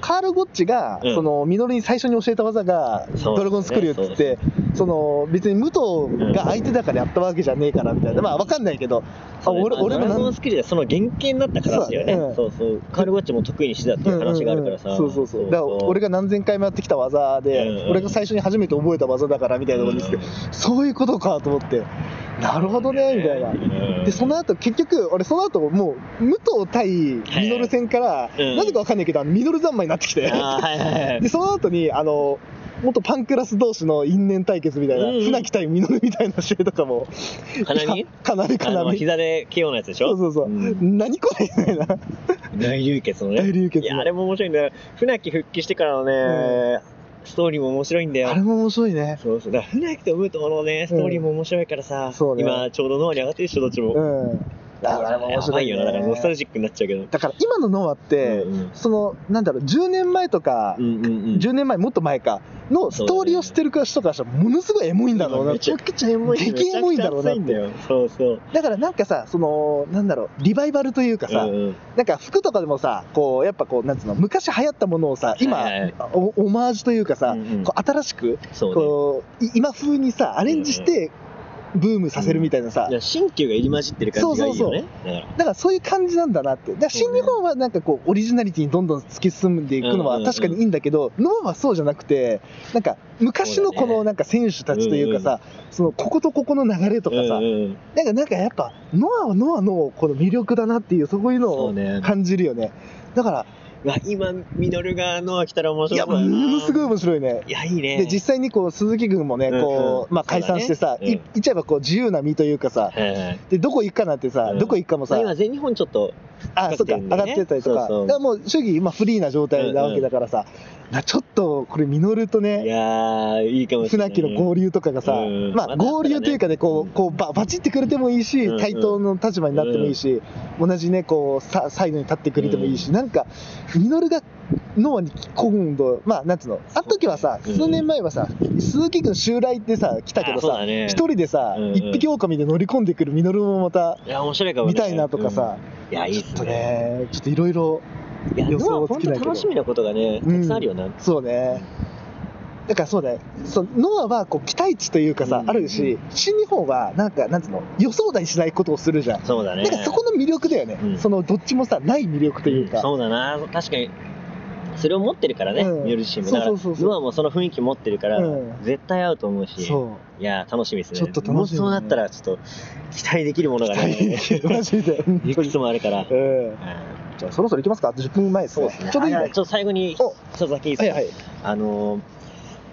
カール・ゴッチが、うんその、ミノルに最初に教えた技が、そうですねドラゴンスクリューっつって、その、別に武藤が相手だからやったわけじゃねえから、みたいな。まあ、わかんないけど、あ、そうね俺、まあ俺もドラなゴんンスクリューでその原型になった形だよねそうそうカールウォッチも得意にしてたっていう話があるからさ、うんうんうんそうそうそうだから俺がが何千回もやってきた技で、うんうん俺が最初に初めて覚えた技だからみたいなことですけど、そういうことかと思ってなるほどねみたいな、でその後結局俺その後もう武藤対ミノル戦から、うんなぜかわかんないけどあのミノル三昧になってきて、あーはいはいは いでその後にあの元パンクラス同士の因縁対決みたいな、うんうん船木対ミノルみたいな試合とかもかなみかなみかあなのみ膝で KO のやつでしょそうそうそう、ん何これみたいな大流血のね大流血のいやあれも面白いんだよ船木復帰してからのね、ストーリーも面白いんだよあれも面白いねそうそうだから船木と武藤のねストーリーも面白いからさ、そうね今ちょうど脳に上がってるでしょどっちも、うん。あれも面白い、ね。やばよなだからノスタルジックになっちゃうけどだから今のノアって、うんうんその、なんだろう、10年前とか、うんうんうん10年前、もっと前か、のストーリーを知ってる人からしたら、ものすごいエモいんだろうな。めちゃくちゃエモい激エモいんだろうなめちゃくちゃ熱いんだよそうそうだからなんかさ、その、なんだろう、リバイバルというかさ、うんうんなんか服とかでもさ、こう、やっぱこう、なんつうの、昔流行ったものをさ、今、はいはいおオマージュというかさ、うんうんこう新しく、そうねこう、い今風にさ、アレンジして、ブームさせるみたいなさ、いや新旧が入り混じってる感じがいいよねだからだからそういう感じなんだなって。だからそう新ね日本はなんかこう、オリジナリティにどんどん突き進んでいくのうんうんはうん確かにいいんだけど、ノアはそうじゃなくて、なんか昔のこそうだのねなんか選手たちというかさ、そのこことここの流れとかさ、うんうんなんかなんかやっぱ、ノアはノアのこの魅力だなっていう、そういうのそうをね感じるよね。だから、うわ今ミノルがノア来たら面い白や、そうだもなのすごい面白いね。いやいいねで、実際にこう、鈴木軍もね、こうんうう、んまあ解散してそうさ、だねいうん言っちゃえばこう、自由な身というかさ、はいはいで、どこ行くかなんてさ、うんどこ行くかもさ、今全日本ちょっとあ、そっか、上上ががっっててたたりりととか、かねだからもう、正義今フリーな状態なわけだからさ、なちょっとこれ、ミノルといね、やーいいかもしれな船い木の合流とかがさ、うんまあまだ合流というかね、うこうんこうババチってくれてもいいしうんう、ん対等の立場になってもいいし、同じね、こうさサイドに立ってくれてもいいし、なんか、ミノルが脳に今度、まあ、なんつうの、あの時はさ、うん数年前はさ、鈴木君襲来ってさ、来たけどあそうさだ、ね一人でさうんう、ん一匹狼で乗り込んでくるミノルもまたいや面白いかもね見たいなとかさ、うんいやいいっちょっとすねね、ちょっといろいろ。いや予ノ想アははつ本け当ないけど楽しみなことがねたくさんあるよなそうね。だからそうだよ。そのノアはこう期待値というかさ、うんあるし、新日本はなんか、なんつうの、予想だにしないことをするじゃん。そうだねなんかそこの魅力だよね。うんそのどっちもさ、ない魅力というか。そうだな確かにそれを持ってるからね、うんミノル自身もそうだからそうそうそうノアもその雰囲気持ってるから、うん絶対合うと思うしそういや楽しみですねちょっと楽しみねもうそうなったらちょっと期待できるものがねマジで。本い当くにつもあるから、ううんん。じゃあそろそろ行きますか。あと10分前ですそうね。ですねちょうどいいあねちょっと最後にお一つだけいいですはかいはい。あのー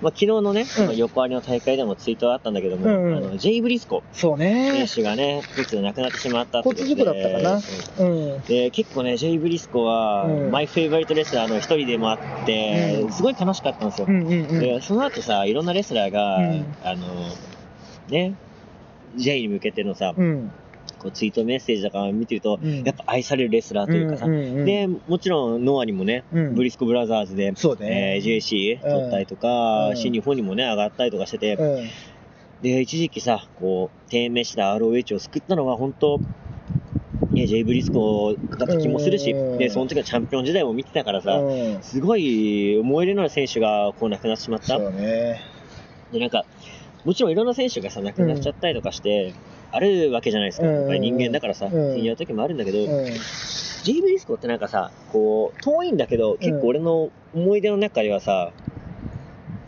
まあ、昨日のね、うんまあ横割りの大会でもツイートはあったんだけども、うんうんあのジェイ・ブリスコそうね選。手がね、ちょっと亡くなってしまったってことで交通事故だったかなうんうん。で結構ね、ジェイ・ブリスコは、うんマイ・フェイバリットレスラーの一人でもあって、うんすごい楽しかったんですよ。うんうんうん。でその後さ、いろんなレスラーが、うんあのね、ジェイに向けてのさ、うん。こうツイートメッセージとか見てると、うんやっぱ愛されるレスラーというかさ、うんうんうんでもちろんノアにもね、うんブリスコブラザーズで、そうねえー JC 取ったりとか、うん新日本にもね上がったりとかしてて、うん。で一時期さこう低迷した ROH を救ったのは本当ね、ジェイ・ブリスコだった気もするし、うんでその時のチャンピオン時代も見てたからさ、うん。すごい思い入れのある選手がこう亡くなってしまった、そうね。でなんかもちろんいろんな選手がさ亡くなっちゃったりとかして、あるわけじゃないですか、うんやっぱり人間だからさ、うんやる時もあるんだけど、うん。ジェイ・ブリスコってなんかさこう遠いんだけど結構俺の思い出の中ではさ、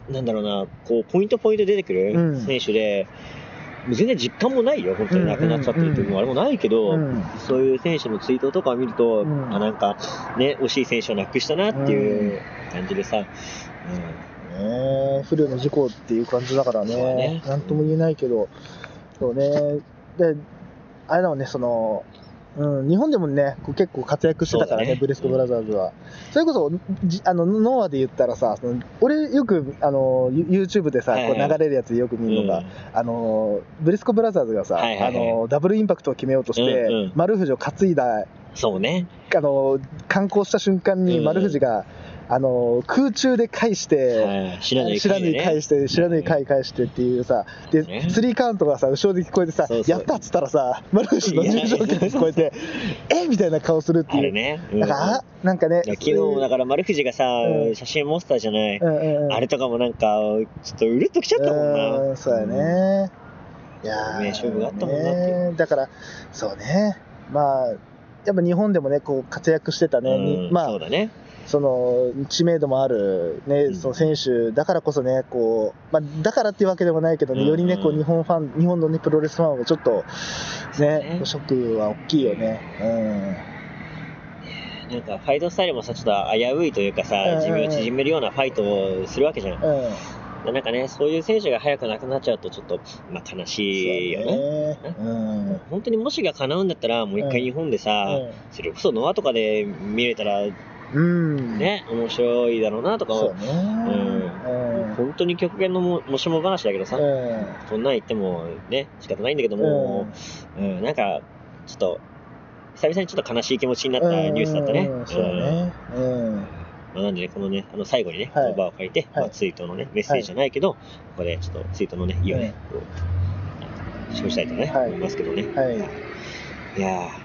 なんだろうなこうポイントポイント出てくうんる選手で、もう全然実感もないよ本当に亡くなっちゃってるっていうのはあれもないけど、うんそういう選手のツイートとかを見ると、うんあなんかね惜しい選手をなくしたなっていう感じでさ、うんね、不慮の事故っていう感じだからね、そうだねなんとも言えないけど、そうね、で、あれだもんね、その、うん、日本でもね、こう結構活躍してたからそね、うだねブレスコブラザーズは。それこそ、じあのノアで言ったらさ、その俺、よくあの You- YouTube でさ、はいこはいう流れるやつよく見るのが、うんあのブレスコブラザーズがさ、はいはいはいあのダブルインパクトを決めようとして、うんうんマルフジを担いだそうね。あの観光した瞬間にうん丸藤が、あの空中で返して、はい知らない知らぬい返して知らぬい返返してっていうさで、ねスリーカウントがさ後ろで聞こえてさそうそうやったっつったらさ丸藤の入場券が聞こ えてえみたいな顔するってあいるう、ね。うんなんかあなんかねいや昨日、だから丸藤がさ、うん写真モンスターじゃない、うんうんうんあれとかもなんか、ちょっとうるっときちゃったもんな。うんそうやね。いやー名勝負があったもんなっていねだから、そうね。まあ、やっぱ日本でもね、こう活躍してたね、うんにまそうあ、だね。その知名度もある、ねうんその選手だからこそね、こうまあ、だからっていうわけでもないけどね、よりね、こううん日本ファン、日本の、ね、プロレスファンはちょっと、そうねね、ショックは大きいよね。なんかファイトスタイルもさ、ちょっと危ういというかうんうんうさ、ん寿命を縮めるようなファイトをするわけじゃん。うん。うん。なんかね、そういう選手が早く亡くなっちゃうと、ちょっと、まあ、悲しいよね。そうだね。うん。うん本当にもしが叶うんだったら、もう一回日本でさ、それこそノアとかで見れたら、うん。。ね、面白いだろうなとか、そうね。うん本当に極限のももしも話だけどさ、うん。そんなん言ってもね、仕方ないんだけども、うんなんか、ちょっと、久々にちょっと悲しい気持ちになったニュースだったね。うんうんうんそうだうんね。うん。まあ、なんでね、このね、あの最後にね、はいこの場を借りて、まあ、ツイートのね、メッセージじゃないけど、ここでちょっとツイートのね、意をね、こう、示したいとね、はい思いますけどね。はいいやー。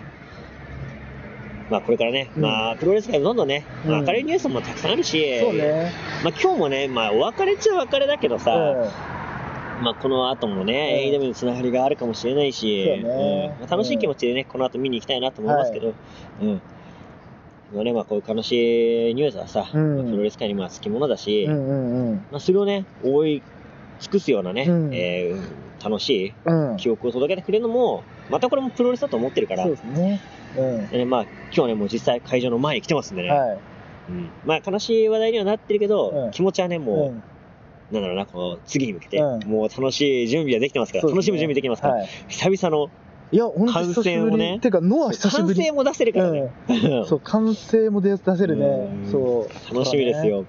まあこれからね、うんまあプロレス界もどんどんね、まあ、うん明るいニュースもたくさんあるし、そうね。まあ今日もね、まあお別れっちゃお別れだけどうさ、ん。まあ、この後もね、うん AEW のつながりがあるかもしれないし、そうねうんまあ、楽しい気持ちでね、この後見に行きたいなと思いますけど、うんまあねまあ、こういう悲しいニュースはさ、うんまあプロレス界にもつきものだし、うんうんまあ、それをね、覆い尽くすようなね、うんえー楽しうん。うん。い記憶を届けてくれるのも、またこれもプロレスだと思ってるから、そうですね。うん。でねまあ、今日ね、もう実際会場の前に来てますんでね、はい。うんまあ、悲しい話題にはなってるけど、うん気持ちはね、もう、うんなんだろうな、こう次に向けて、うんもう楽しい準備はできてますから、そうですね楽しむ準備できますから、はい。久々のいや、本当に久し感染ぶをり。ねてか、ノア久し完ぶり成。も出せるからね、うんそう、完成も出出せるうんね。そう。楽しみですよ、そうだね。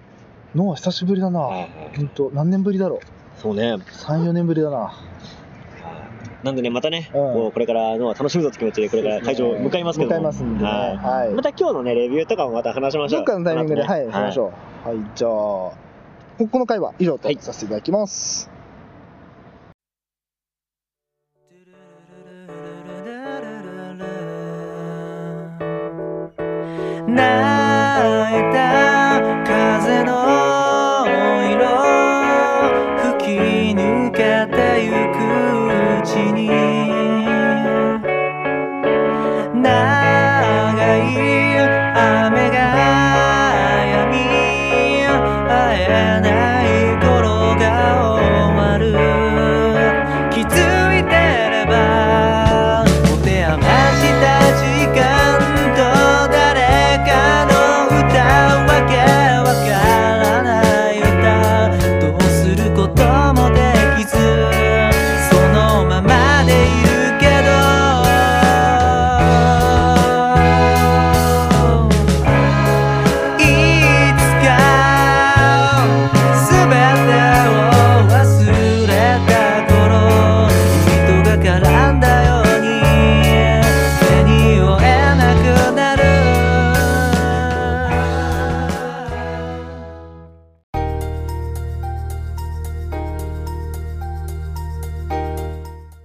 ノア久しぶりだはいはな。い本当何年ぶりだろう。そうね三四年ぶりだな。なんでねまたね、うんもうこれからのは楽しむぞって気持ちでこれから会場向かいますけど向もかいますんでね。はいはい。また今日のねレビューとかもまた話しましょうどっかのタイミングで、このは後い、ねしましょう。はい、じゃあ、ここの回は以上とはいさせていただきます。泣いた風の色吹き抜けてゆくうちに長い雨がやみ会えない頃が終わる気づいてれば持て余した時間と誰かの歌わけわからない歌どうすることもできずそのままでいるけどいつか全てを忘れた頃人が絡んだように手に負えなくなる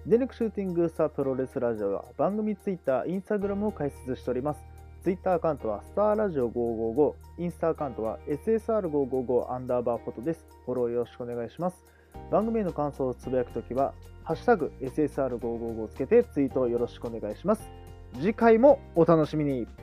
全力シューティングスタープロレスラジオは番組ツイッター、インスタグラムを開設しております。ツイッターアカウントはスターラジオ555、インスタアカウントは SSR555 アンダーバーフォトです。フォローよろしくお願いします。番組への感想をつぶやくときは、ハッシュタグ SSR555 をつけてツイートをよろしくお願いします。次回もお楽しみに。